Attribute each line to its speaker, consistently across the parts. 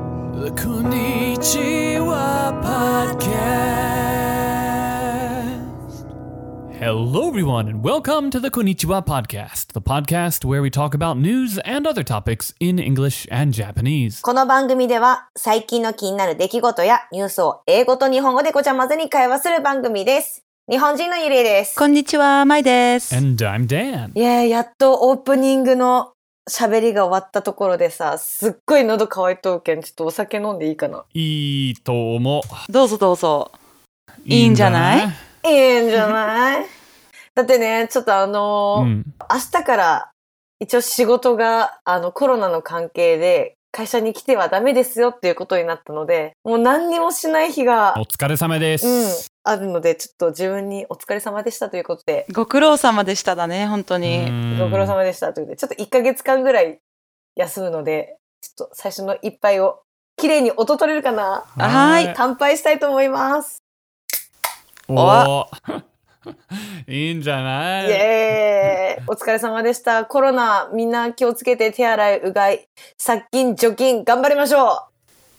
Speaker 1: こんにちは、podcast. Hello, everyone, and welcome to the Konnichiwa Podcast, the podcast where we talk about news and other topics in English and Japanese.
Speaker 2: この番組では最近の気になる出来事やニュースを英語と日本語でごちゃ混ぜに会話する番組です。日本人のゆりえです。
Speaker 3: こんにちは、まいです。
Speaker 1: And I'm Dan.
Speaker 2: いやーやっとオープニングの喋りが終わったところでさ、すっごい喉乾いとうけん、ちょっとお酒飲んでいいかな。
Speaker 1: いいと思
Speaker 3: どうぞどうぞ。
Speaker 1: う。
Speaker 3: いいんじゃない
Speaker 1: い
Speaker 2: いいんじゃない だってね、ちょっとあのー
Speaker 1: うん。
Speaker 2: 明日から一応仕事があのコロナの関係で会社に来てはダメですよっていうことになったので、もう何にもしない日が
Speaker 1: お疲れ様です。
Speaker 2: うん、あるので、ちょっと自分にお疲れ様でしたということで、
Speaker 3: ご苦労様でしただね、本当
Speaker 1: う
Speaker 3: に。
Speaker 1: ん
Speaker 2: ご苦労様でしたということで、ちょっと1ヶ月間ぐらい休むので、ちょっと最初の一杯を綺麗に音取れるか
Speaker 1: は
Speaker 2: な
Speaker 1: ーい
Speaker 2: 乾杯したいと思います。
Speaker 1: お ーいいんじゃな
Speaker 2: イ
Speaker 1: い
Speaker 2: エーイお疲れ様でした。コロナ、みんな気をつけて手洗い、うがい、殺菌、除菌、頑張りましょ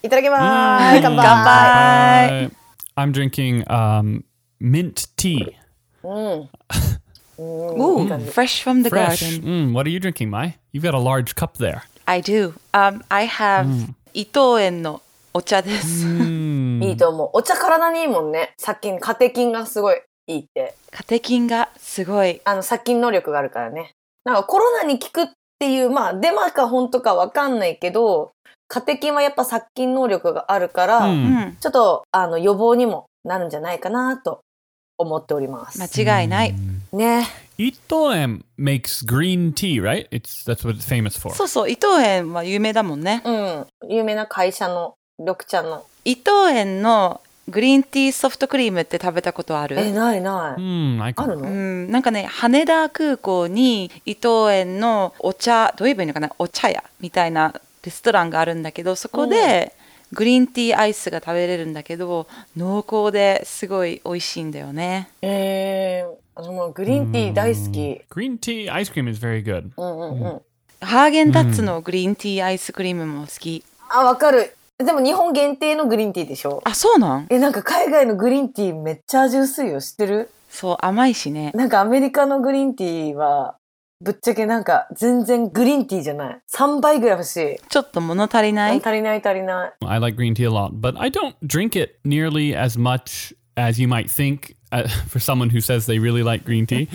Speaker 2: ういただきまーす
Speaker 1: うん
Speaker 2: 乾杯
Speaker 1: 乾杯 I'm drinking um, mint tea.
Speaker 2: うん。うんい
Speaker 3: Ooh,
Speaker 2: い感じ
Speaker 3: fresh from the
Speaker 1: Fresh.
Speaker 3: garden.
Speaker 1: Mm, what are you drinking, Mai? You've got a large cup there. Mm.
Speaker 3: I do.、Um, I have 伊藤園のお茶です。
Speaker 2: いいと思う。お茶体にいいもんね。殺菌、カテキンがすごいいいって。
Speaker 3: カテキンがすごい。
Speaker 2: あの、殺菌能力があるからね。なんかコロナに効くっていう、まあ、デマか本当かわかんないけど、カテキンはやっぱ殺菌能力があるから、
Speaker 1: う
Speaker 3: うんん、
Speaker 2: ちょっと、あの、予防にもなるんじゃないかなと思っております。
Speaker 3: 間違いない。
Speaker 2: ね。
Speaker 1: Itoem Mm. makes green tea, right? It's that's what it's famous for.
Speaker 3: そうそう、伊藤園は有名だもんね。
Speaker 2: うん。有名な会社の緑茶の。
Speaker 3: 伊藤園のグリーンティーソフトクリームって食べたことあ
Speaker 2: え、
Speaker 3: る
Speaker 2: ないない。
Speaker 1: Mm, I
Speaker 2: あ
Speaker 1: can.
Speaker 2: る
Speaker 3: う
Speaker 2: の
Speaker 3: ん、なんかね、羽田空港に伊藤園のお茶、どう言えばいいのかな、お茶屋みたいなレストランがあるんだけど、そこでグリーンティーアイスが食べれるんだけど、濃厚ですごい美味しいんだよね。
Speaker 2: えー、あの、もうグリーンティー大好き。
Speaker 1: Green tea ice cream is very good.
Speaker 2: うんうんうん。
Speaker 3: ハーゲンダッツのグリーンティーアイスクリームも好き。
Speaker 2: あ、わかる。でも日本限定のグリーンティーでしょ
Speaker 3: あ、そうなん
Speaker 2: え、なんか海外のグリーンティーめっちゃ味薄いよ。知ってる
Speaker 3: そう、甘いしね。
Speaker 2: なんかアメリカのグリーンティーは、ぶっちゃけなんか全然グリーンティーじゃない。3倍ぐらい欲しい。
Speaker 3: ちょっと物足りない。
Speaker 2: 足りない足りない。
Speaker 1: I like green tea a lot, but I don't drink it nearly as much as you might think. Uh, for someone who says they really like green tea,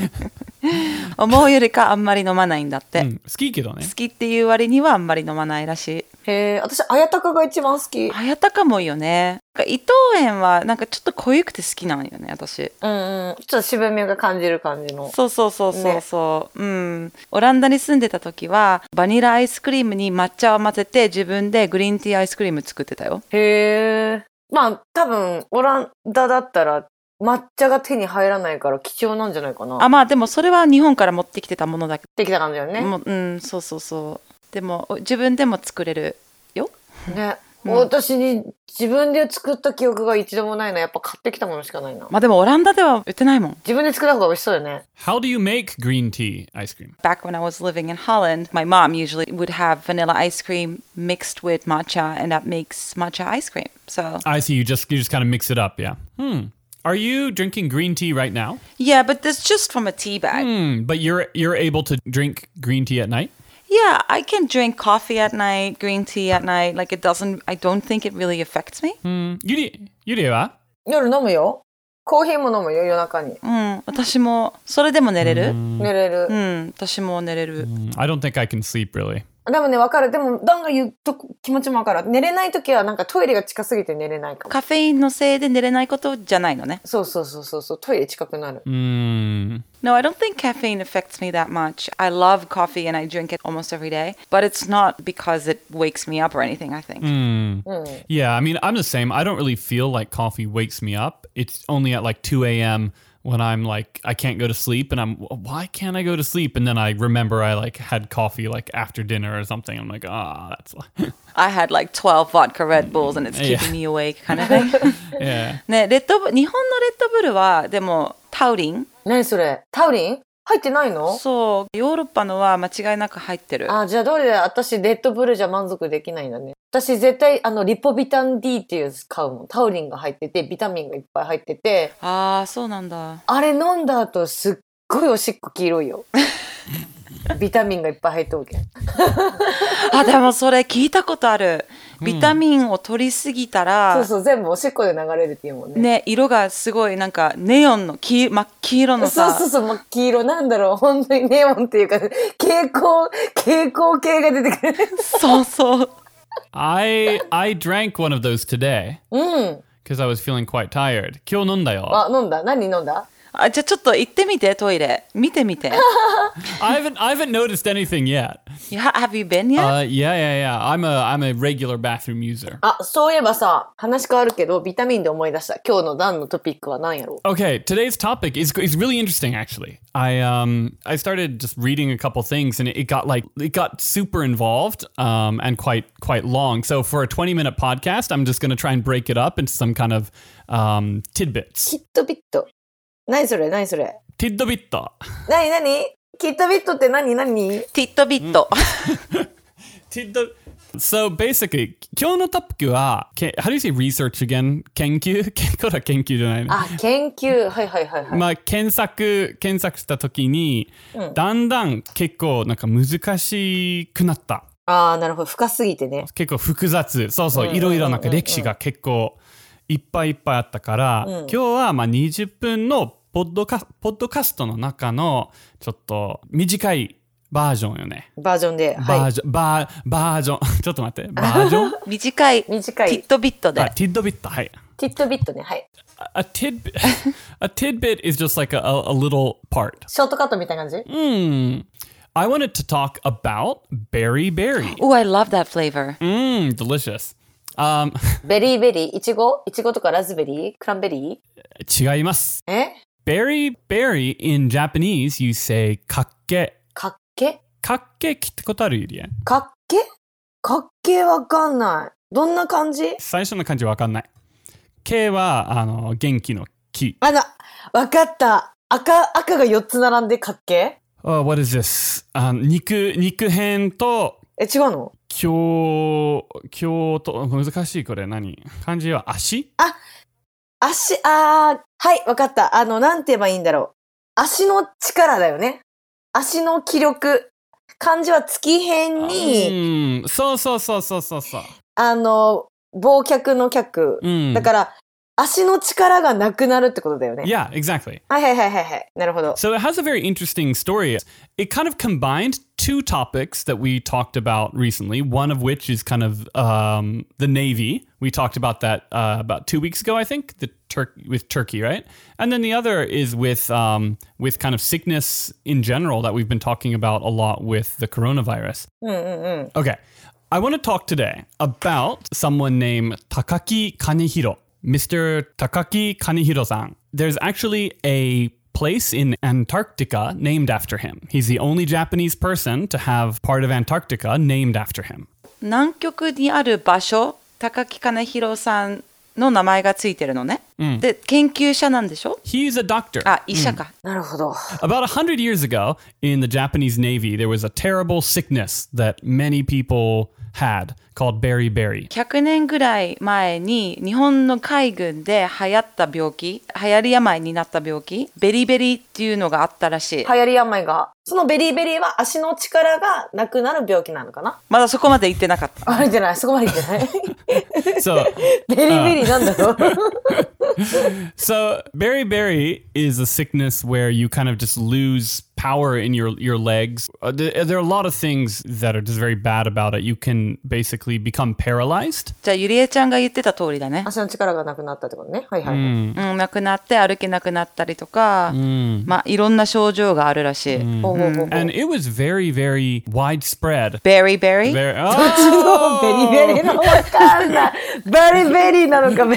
Speaker 3: 思うよりかあんまり飲まないんだって。
Speaker 1: Mm, skikido
Speaker 3: 好
Speaker 1: ne.
Speaker 3: きっていう割にはあんまり飲まないらしい。
Speaker 2: へえ、私、綾鷹が一番好き。
Speaker 3: あやたかもいいよね。なんか伊藤園はなんかちょっと濃ゆくて好きなんよね、私。
Speaker 2: うんうん。ちょっと渋みが感じる感じの。
Speaker 3: そうそうそうそうそう、うん。オランダに住んでた時はバニラアイスクリームに抹茶を混ぜて自分でグリーンティーアイスクリーム作ってたよ。
Speaker 2: へえ。まあ、多分、オランダだったら、抹茶が手に入らないから貴重なんじゃないかな。
Speaker 3: あまあでもそれは日本から持ってきてたものだけ
Speaker 2: できた感じだよ
Speaker 3: ど、
Speaker 2: ね。
Speaker 3: もううんそうそうそう。でもお自分でも作れるよ。
Speaker 2: ね。
Speaker 3: うん
Speaker 2: 私に自分で作った記憶が一度もないな。やっぱ買ってきたものしかないな。
Speaker 3: まあでもオランダでは売ってないもん。
Speaker 2: 自分で作った方が美味しそうだよね。
Speaker 1: How do you make green tea ice cream?
Speaker 3: Back when I was living in Holland, my mom usually would have vanilla ice cream mixed with matcha, and that makes matcha ice cream. So,
Speaker 1: I see. You just you just kind of mix it up, yeah. Hmm. Are you drinking green tea right now?
Speaker 3: yeah, but that's just from a tea bag.
Speaker 1: Hmm. But you're you're able to drink green tea at night.
Speaker 3: Yeah, I can drink coffee at night, green tea at night. Like it doesn't, I don't think it really affects me.
Speaker 1: ゆり、ゆりは
Speaker 2: 夜飲むよ。コーヒーも飲むよ、夜中に。
Speaker 3: うん、Mm, 私も、それでも寝れる Mm,
Speaker 2: 寝れる
Speaker 3: う。ん、私も寝れる。
Speaker 1: Hmm, I don't think I can sleep really.
Speaker 2: でもね、わかる。でも、ダンが言うと気持ちもわかる。寝れない時は、なんかトイレが近すぎて寝れないかも。
Speaker 3: カフェインのせいで寝れないことじゃないのね。
Speaker 2: そうそうそうそうそう、トイレ近くなる。
Speaker 1: Hmm.
Speaker 3: No, I don't think caffeine affects me that much. I love coffee and I drink it almost every day, but it's not because it wakes me up or anything, I think.
Speaker 1: Yeah, I mean, I'm the same. I don't really feel like coffee wakes me up. It's only at like 2 a.m. when I'm like, I can't go to sleep, and I'm, why can't I go to sleep? And then I remember I like had coffee like after dinner or something. I'm like, ah, that's
Speaker 3: I had like 12 vodka Red Bulls and it's
Speaker 1: Yeah.
Speaker 3: keeping me awake kind of thing.
Speaker 1: yeah.
Speaker 3: ね、レッドブ日本のレッドブルは、でも、タウリン
Speaker 2: 何それタウリン入ってないの
Speaker 3: そうヨーロッパのは間違いなく入ってる
Speaker 2: あ、じゃあどれだ私、レッドブルじゃ満足できないんだね。私、絶対、あの、リポビタン D っていうやつ買うもん。タウリンが入ってて、ビタミンがいっぱい入ってて、
Speaker 3: ああそうなんだ
Speaker 2: あれ飲んだ後、すっごいおしっこ黄色いよ。ビタミンがいっぱい入っとるけん。
Speaker 3: あでもそれ聞いたことあるビタミンを取りすぎたら、
Speaker 2: そうそう、全部おしっこで流れるっていうもんね。
Speaker 3: ね色がすごいなんかネオンの黄真っ黄色の
Speaker 2: そう
Speaker 3: さ
Speaker 2: そうそう、もう黄色なんだろう。 本当にネオンっていうか、蛍光、蛍光系が出てくる。
Speaker 3: そうそう
Speaker 1: I I drank one of those today
Speaker 2: うん。
Speaker 1: because I was feeling quite tired. 今日飲んだよ。
Speaker 2: あ、飲んだ何飲んだ
Speaker 3: あじゃあちょっと行ってみてトイレ見てみて
Speaker 1: I haven't I haven't noticed anything yet.
Speaker 3: Yeah, Have you been yet?
Speaker 1: Uh, yeah, yeah, yeah. I'm a I'm a regular bathroom user.
Speaker 2: あ、そういえばさ、話変わるけど、ビタミンで思い出した。今日の段のトピックは何やろう
Speaker 1: Okay, today's topic is is really interesting actually. I um I started just reading a couple things and it, it got like it got super involved um and quite quite long. So for a 20 minute podcast, I'm just going to try and break it up into some kind of um tidbits.
Speaker 2: キットビット。何それ何それ
Speaker 1: Tidbit.
Speaker 2: 何何キットビットって何何
Speaker 3: ティットビット。
Speaker 1: Tidbit. So basically, 今日のトピックは、け how do you say research again? 研究?これは研究じゃないね。
Speaker 2: あ、研究。はいはいはいはい。
Speaker 1: まあ、検索検索した時に、だんだん結構なんか難しくなった
Speaker 2: ああ、なるほど。深すぎてね。
Speaker 1: 結構複雑そうそう、いろいろなんか歴史が結構いっぱいいっぱいあったから、今日はまあ20分のポッドカポッドカストの中のちょっと短いバージョンよね、
Speaker 2: バージョンで。
Speaker 1: バ
Speaker 2: は
Speaker 1: ー
Speaker 2: い。
Speaker 1: ジョンバーバージョン ちょっと待ってバージョン
Speaker 3: 短い。
Speaker 2: 短い
Speaker 3: ティットビット
Speaker 1: あ
Speaker 3: で。
Speaker 1: ティッドビットはい
Speaker 2: キットビットね。はい。
Speaker 1: a tidbit a tidbit is just like a, a a little part
Speaker 2: ショートカットみたいな感じ
Speaker 1: Hmm. I wanted to talk about berry berry.
Speaker 3: Oh, I love that flavor.
Speaker 1: Mmm, delicious. Um,
Speaker 2: ベリーベリー。いちごいちごとかラズベリークランベリ
Speaker 1: 違います.
Speaker 2: ーえ
Speaker 1: Berry berry in Japanese, you say kake.
Speaker 2: かっけ
Speaker 1: Kake 聞いたことあるゆりえ。
Speaker 2: かっけかっけわかんない。どんな感じ
Speaker 1: 最初の漢字わかんない。けは、あの、元気の木。
Speaker 2: あの、わかった。赤、赤が4つ並んでかっけ
Speaker 1: Oh, what is this? あの肉、肉片と、
Speaker 2: え、違うの
Speaker 1: 京、京と、難しいこれ何漢字は足
Speaker 2: 足、あー、はい、わかった。あの、なんて言えばいいんだろう。足の力だよね。足の気力。漢字は月辺に、
Speaker 1: うん、そうそうそうそうそうそう。
Speaker 2: あの、忘却の脚。
Speaker 1: うん。
Speaker 2: だから、足の力がなくなるってことだよね。
Speaker 1: Yeah, exactly.
Speaker 2: はいはいはいはいはい。なるほど。
Speaker 1: So it has a very interesting story. It kind of combined two topics that we talked about recently. One of which is kind of um, the navy. We talked about that uh, about two weeks ago, I think. The Turk with Turkey, right? And then the other is with um, with kind of sickness in general that we've been talking about a lot with the coronavirus.
Speaker 2: うんうんうん。
Speaker 1: Okay, I want to talk today about someone named Takaki Kanehiro, Mr. Takaki Kanehiro-san. There's actually a place in Antarctica named after him. He's the only Japanese person to have part of Antarctica named after him.
Speaker 3: 南極にある場所、高木金弘さんの名前がついてるのね。で、研究者なんでしょ
Speaker 1: He's a doctor.
Speaker 3: あ、医者か。
Speaker 2: なるほど。
Speaker 1: About 100 years ago, in the Japanese Navy, there was a terrible sickness that many people had called beriberi.
Speaker 3: 100年ぐらい前に日本の海軍で流行った病気、流行り病になった病気、ベリベリっていうのがあったらしい。
Speaker 2: 流行り病が。そのベリーベリーは足の力がなくなる病気なのかな
Speaker 3: まだそこまで行ってなかった。
Speaker 2: あれじゃない、そこまでいって ない。
Speaker 1: So
Speaker 2: ベリーベリーなんだろう
Speaker 1: So beriberi is a sickness where you kind of just lose power in your your legs. Uh, th- there are a lot of things that are just very bad about it. You can basically become paralyzed.
Speaker 3: じゃあ、ゆりえちゃんが言ってた通りだね。
Speaker 2: 足の力がなくなったってことね。はいはい。はい
Speaker 3: うん、なくなって歩けなくなったりとか、まあいろんな症状があるらしい。
Speaker 2: ほうほうほうほう
Speaker 1: And it was very very widespread.
Speaker 3: ベリーベリー
Speaker 1: Very, oh!
Speaker 2: ベリベリのわかんない。ベリベリなのかべ。わ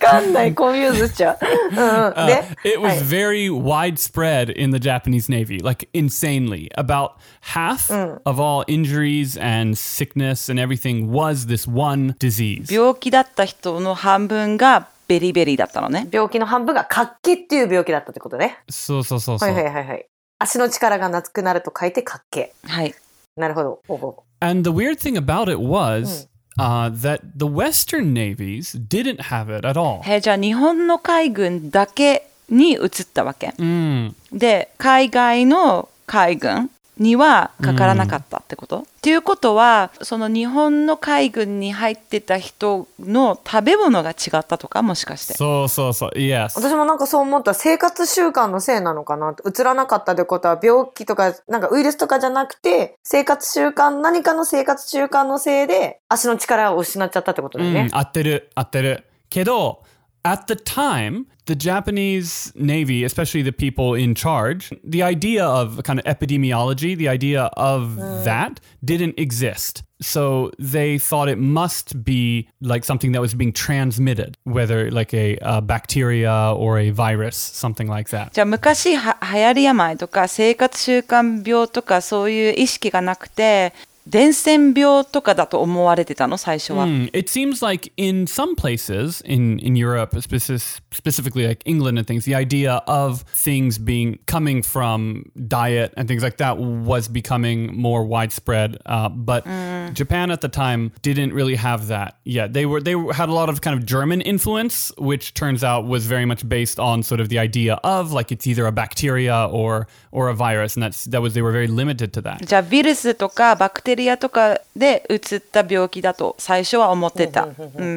Speaker 2: かんない。コンフューズしちゃう。うんうん。で
Speaker 1: Uh,、it
Speaker 2: は
Speaker 1: was
Speaker 2: い、
Speaker 1: very widespread in the Japanese Navy, like insanely. About half of all injuries and sickness and everything was this one disease.
Speaker 3: 病気だった人の半分がベリーベリーだったのね。
Speaker 2: 病気の半分が活気っていう病気だったってことね。
Speaker 1: So so so so.
Speaker 2: はいはいはいはい。足の力がなくなると書いてかっけ
Speaker 3: はい。
Speaker 2: なるほど。ほうほう
Speaker 1: And the weird thing about it was uh, that the Western navies didn't have it at all.
Speaker 3: えーじゃあ日本の海軍だけに移ったわけ。
Speaker 1: Mm.
Speaker 3: で海外の海軍にはかからなかったってこと、っていうことはその日本の海軍に入ってた人の食べ物が違ったとかもしかして
Speaker 1: So, so, so. Yes.
Speaker 2: 私もなんかそう思った生活習慣のせいなのかなって映らなかったってことは病気とかなんかウイルスとかじゃなくて生活習慣何かの生活習慣のせいで足の力を失っちゃったってことだ
Speaker 1: Hmm.
Speaker 2: よね、
Speaker 1: うん、合ってる、合ってる。けど、at the time, the Japanese Navy, especially the people in charge, the idea of kind of epidemiology, the idea of that didn't exist. So they thought it must be like something that was being transmitted, whether like a, a bacteria or a virus, something like that.
Speaker 3: じゃあ昔は流行り病とか生活習慣病とかそういう意識がなくて伝染病とかだと思われてたの最初は、
Speaker 1: Mm, It seems like in some places in, in Europe, speci- specifically like England and things, the idea of things being coming from diet and things like that was becoming more widespread. Uh, but Japan at the time didn't really have that. Yeah, they were they had a lot of kind of German influence, which turns out was very much based on sort of the idea of like it's either a bacteria or or a virus, and that's that was they were very limited to that.
Speaker 3: じゃあウイルスとかバクテリアとかで移った病気だと最初は思ってた、うん、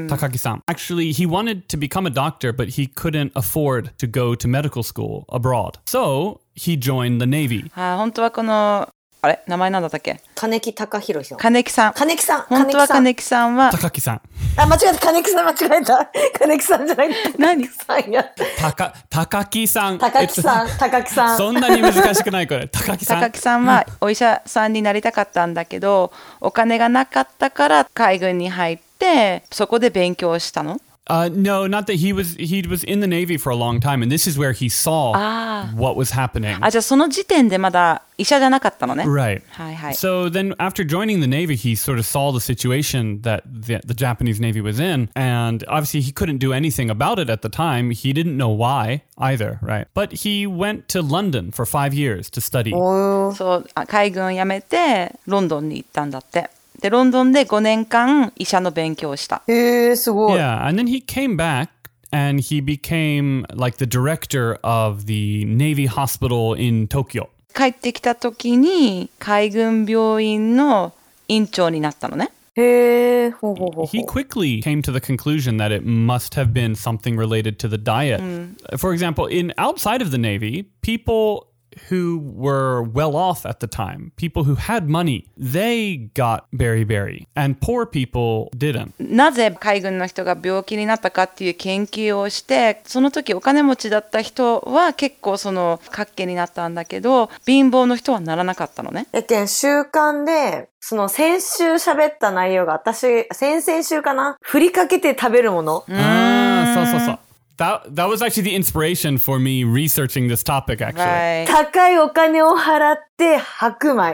Speaker 1: Takagi-san. Actually, he wanted to become a doctor, but he couldn't afford to go to medical school abroad. So he joined the Navy.
Speaker 3: あー本当はこのあれ名前なんだったっけ
Speaker 2: 金木隆弘さん
Speaker 3: 金木さん
Speaker 2: 金木さん
Speaker 3: 本当は
Speaker 2: 金木
Speaker 3: 金木さ んは
Speaker 1: Takagi-san.
Speaker 2: さんあ間違えた金木さん間違えた金木さんじゃない
Speaker 3: 何
Speaker 2: さんや
Speaker 1: Taka, Takagi-san.
Speaker 2: 高木さん
Speaker 1: It's-
Speaker 2: 高木さん
Speaker 1: そんなに難しくないこれ。Takagi-san.
Speaker 3: 高木さんはお医者さんになりたかったんだけどお金がなかったから海軍に入ってそこで勉強したの
Speaker 1: Uh, no, not that he was. He was in the Navy for a long time, and this is where he saw
Speaker 3: Ah.
Speaker 1: what was happening.
Speaker 3: あじゃあその時点でまだ医者じゃなかったのね
Speaker 1: Right.
Speaker 3: Hi, hi.
Speaker 1: So then, after joining the Navy, he sort of saw the situation that the, the Japanese Navy was in. And obviously, he couldn't do anything about it at the time. He didn't know why either, right? But he went to London for five years to study.
Speaker 3: Oh.
Speaker 2: おー
Speaker 3: そうあ海軍を辞めてロンドンに行ったんだってでロンドンで5年間医者の勉強をした
Speaker 2: へえすごい、
Speaker 1: Yeah. And then he came back. And he became like the director of the Navy Hospital in Tokyo.
Speaker 3: 帰ってきた時に海軍病院の院長になったのね
Speaker 2: へえほうほうほうほ
Speaker 1: He
Speaker 2: う
Speaker 1: quickly came to the conclusion that it must have been something related to the diet. Uh, For example, in outside of the Navy, people who were well off at the time, people who had money, they got beriberi, and poor people didn't.
Speaker 3: なぜ海軍の人が病気になったかっていう研究をしてその時お金持ちだった人は結構その活気になったんだけど貧乏の人はならなかったのね
Speaker 2: えっけん、週間で、その先週喋った内容が、私、先々週かな振りかけて食べるもの。
Speaker 1: Ah, so, so, so. That, that was actually the inspiration for me researching this topic, actually.
Speaker 3: はい
Speaker 2: 高いお金を払って白米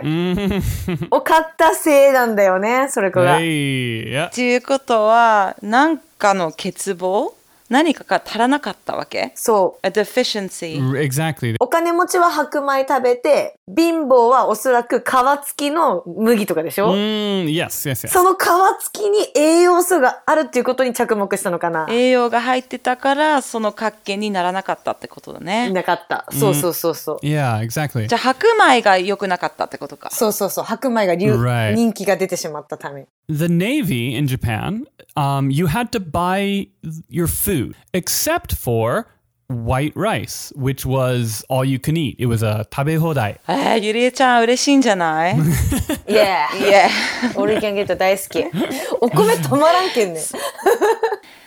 Speaker 2: を買ったせいなんだよね、それこが。
Speaker 1: Hey, yeah.
Speaker 3: ということは何かの欠乏何かが足らなかったわけ
Speaker 2: そう。
Speaker 3: A deficiency
Speaker 1: R- Exactly.
Speaker 2: お金持ちは白米食べて、貧乏はおそらく皮付きの麦とかでしょ、
Speaker 1: Mm, yes, yes, yes.
Speaker 2: その皮付きに栄養素があるっていうことに着目したのかな
Speaker 3: 栄養が入ってたからその活気にならなかったってことだね
Speaker 2: なかった。そうそうそうそう。
Speaker 1: Yeah, exactly.
Speaker 3: じゃあ白米が良くなかったってことか
Speaker 2: そうそうそう。白米が流、
Speaker 1: Right.
Speaker 2: 人気が出てしまったため。
Speaker 1: the navy in Japan, um, you had to buy your food, except for white rice, which was all you can eat. It was a tabehodai.
Speaker 3: えー、ゆりえちゃん嬉しいんじゃないい
Speaker 2: イエーイ
Speaker 3: え
Speaker 2: オールキャンゲット大好き。お米止まらんけんね。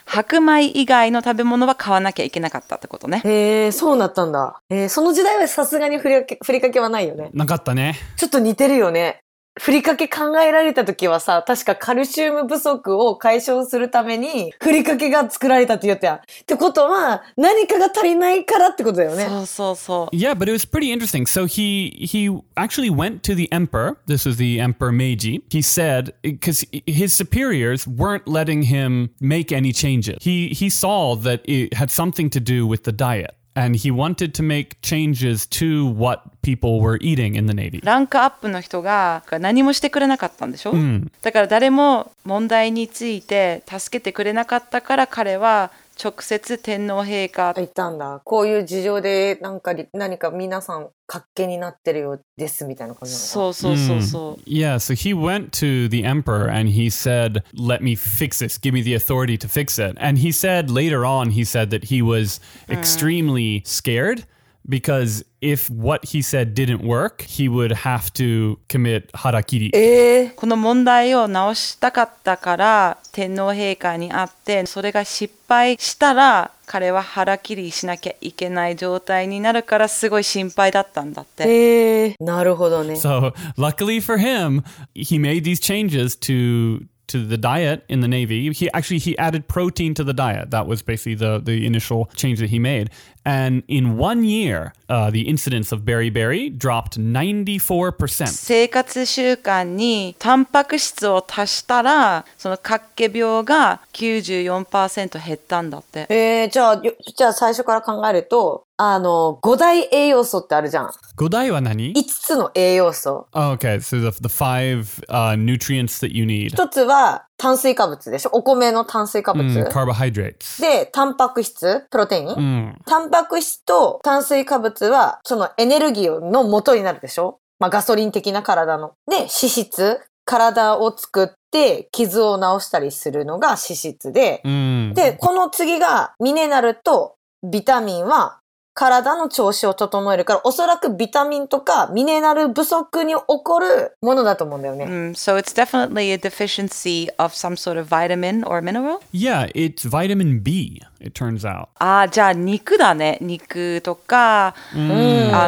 Speaker 3: 白米以外の食べ物は買わなきゃいけなかったってことね。
Speaker 2: へえ、そうなったんだ。えー、その時代はさすがにふりかけ、ふりかけはないよね。
Speaker 1: Nakatta
Speaker 2: ちょっと似てるよね。ふりかけ考えられた時はさ、確かカルシウム不足を解消するために、ふりかけが作られたって言ったやん。ってことは、何かが足りないからってことだよね。
Speaker 3: そうそうそう。
Speaker 1: Yeah, but it was pretty interesting. So he he actually went to the emperor. This was the emperor Meiji. He said because his superiors weren't letting him make any changes. He he saw that it had something to do with the diet. and he wanted to make changes to what people were eating in the Navy.
Speaker 3: ランクアップの人が何もしてくれなかったんでしょ、だから誰も問題について助けてくれなかったから彼は直接天皇陛下
Speaker 2: 言ったんだ。こういう事情で、なんかり、何か皆さん、活気になってるようです、みたいな感じなのう。
Speaker 3: そうそうそうそう、
Speaker 1: Yeah, so he went to the emperor and he said, "Let me fix this. Give me the authority to fix it." And he said later on he said that he was extremely scared because if what he said didn't work, he would have to commit harakiri.
Speaker 2: ええ
Speaker 3: この問題を直したかったから天皇陛下に会ってそれが失敗したら彼は腹切りしなきゃいけない状態になるからすごい心配だったんだって。
Speaker 2: ええなるほどね。
Speaker 1: So, luckily for him, he made these changes to to the diet in the Navy. He actually he added protein to the diet. That was basically the the initial change that he made. And in one year, uh, the incidence of beriberi dropped ninety four percent.
Speaker 3: 生活習慣にタンパク質を足したらそのかっけ病が94%減ったんだって。
Speaker 2: ええじゃあ、よじゃあ最初から考えると、あの、五大栄養素ってあるじゃん。
Speaker 1: Godai wa nani? Oh,
Speaker 2: 五つの栄養素。
Speaker 1: Okay, so the the five uh, nutrients that you need:
Speaker 2: 一つは炭水化物でしょお米の炭水化物。
Speaker 1: Mm, carbohydrates.
Speaker 2: で、タンパク質、プロテイン。
Speaker 1: Mm.
Speaker 2: タンパク質と炭水化物は、そのエネルギーの元になるでしょまあ、ガソリン的な体の。で、脂質。体を作って、傷を治したりするのが脂質で。
Speaker 1: Mm.
Speaker 2: で、この次が、ミネラルとビタミンは、体の調子を整えるから、おそらくビタミンとかミネラル不足に起こるものだと思うんだよね。
Speaker 3: Mm, so it's definitely a deficiency of some sort of vitamin or mineral.
Speaker 1: Yeah, it's vitamin B. It turns out.
Speaker 3: ああじゃあ肉だね肉とか、あ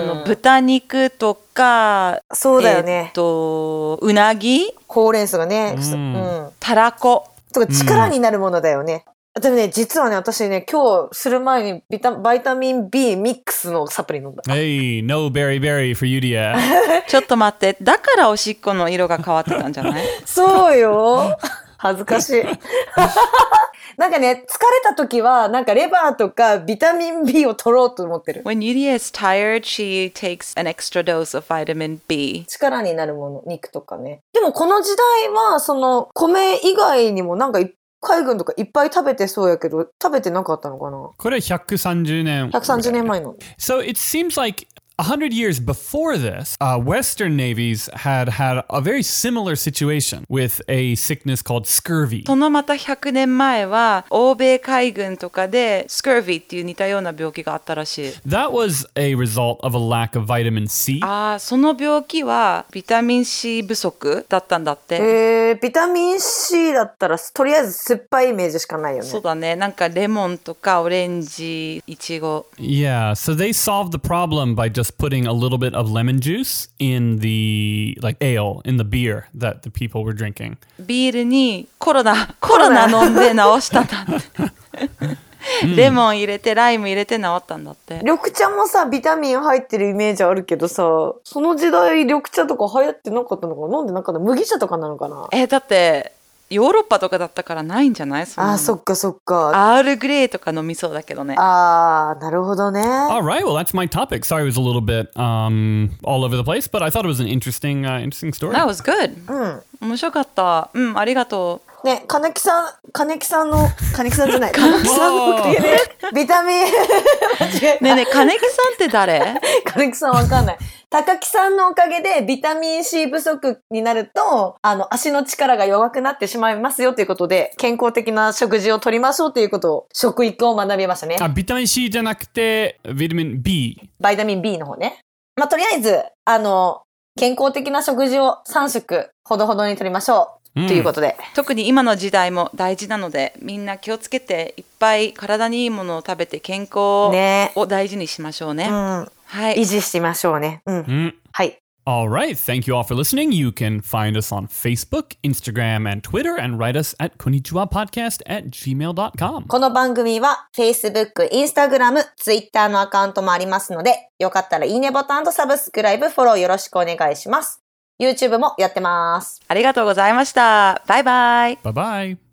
Speaker 3: の豚肉とか
Speaker 2: そうだよ
Speaker 3: え
Speaker 2: ね
Speaker 3: っ。とうなぎ
Speaker 2: ほうれん草がね、うん。
Speaker 3: たらこと
Speaker 2: か力になるものだよね。でもね、実はね、私ね、今日する前にビタバイタミン B ミックスのサプリ飲んだ。
Speaker 1: Hey, no beriberi for you, dear.
Speaker 3: ちょっと待ってだからおしっこの色が変わってたんじゃない
Speaker 2: そうよ。 恥ずかしい。 なんかね、疲れた時は、なんかレバーとかビタミン B を取ろうと思ってる。
Speaker 3: When Yuria is tired, she takes an extra dose of vitamin B.
Speaker 2: 力になるもの、肉とかね。でもこの時代は、その、米以外にもなんかい海軍とかいっぱい食べてそうやけど、食べてなかったのかな
Speaker 1: これ130年
Speaker 2: ?130 年前の。
Speaker 1: So it seems like 100 years before this, uh, Western navies had had a very similar situation with a sickness called scurvy.
Speaker 3: そのまた100年前は欧米海軍とかでスクービーっていう似たような病気があったらしい。
Speaker 1: That was a result of a lack of vitamin C.
Speaker 3: ああその病気はビタミン C 不足だったんだって。
Speaker 2: えー、ビタミン C だったら、とりあえず酸っぱいイメージしかないよね
Speaker 3: そう。だねなんかレモンとかオレンジいちご
Speaker 1: Yeah, so they solved the problem by just putting a little bit of lemon juice in the like ale in the beer that the people were drinking.
Speaker 3: ビールにコロナ コロナ飲んで治したんだって レモン入れてライム入れて治ったんだって
Speaker 2: 緑茶もさ、ビタミン入ってるイメージあるけどさ、その時代緑茶とか流行ってなかったのかな飲んでなかった麦茶とかなのかな
Speaker 3: えだってヨーロッパとかだったからないんじゃないそんな
Speaker 2: あ
Speaker 3: の
Speaker 2: ー、そっかそっか。
Speaker 3: アールグレイとか飲みそうだけどね
Speaker 2: あー、なるほどね。
Speaker 1: All right, well that's my topic. Sorry, it was a little bit um, all over the place, but I thought it was an interesting, uh, interesting story.
Speaker 3: That was good
Speaker 2: うん。
Speaker 3: 面白かったうんありがとう
Speaker 2: ね、金木さん、金木さんの、金木さんじゃない。金木さんの国で、ビタミン、 間違え
Speaker 3: ねえ
Speaker 2: た。
Speaker 3: ねえ金木さんって誰
Speaker 2: 金木さんわかんない。高木さんのおかげでビタミン C 不足になると、あの、足の力が弱くなってしまいますよということで、健康的な食事をとりましょうということを、食育を学びま したね。
Speaker 1: あ、ビタミン C じゃなくて、ビタミン B。
Speaker 2: バイタミン B の方ね。まあ、とりあえず、あの、健康的な食事を3食ほどほどにとりましょう。ということで。
Speaker 3: 特に今の時代も大事なのでみんな気をつけていっぱい体にいいものを食べて健康
Speaker 2: ね
Speaker 3: を大事にしましょうね、
Speaker 2: うん。
Speaker 3: は
Speaker 2: 維
Speaker 3: い。
Speaker 2: 持しましょうね。うん。
Speaker 1: ん
Speaker 2: はい。
Speaker 1: All right. Thank you all for listening. You can find us on Facebook, Instagram, and Twitter, and write us at konnichiwa podcast at gmail.com.
Speaker 2: この番組は Facebook、Instagram、Twitter のアカウントもありますので、よかったらいいねボタンとサブスクライブ、フォローよろしくお願いします。YouTube もやってます。
Speaker 3: ありがとうございました。バイバイ。
Speaker 1: Bye bye.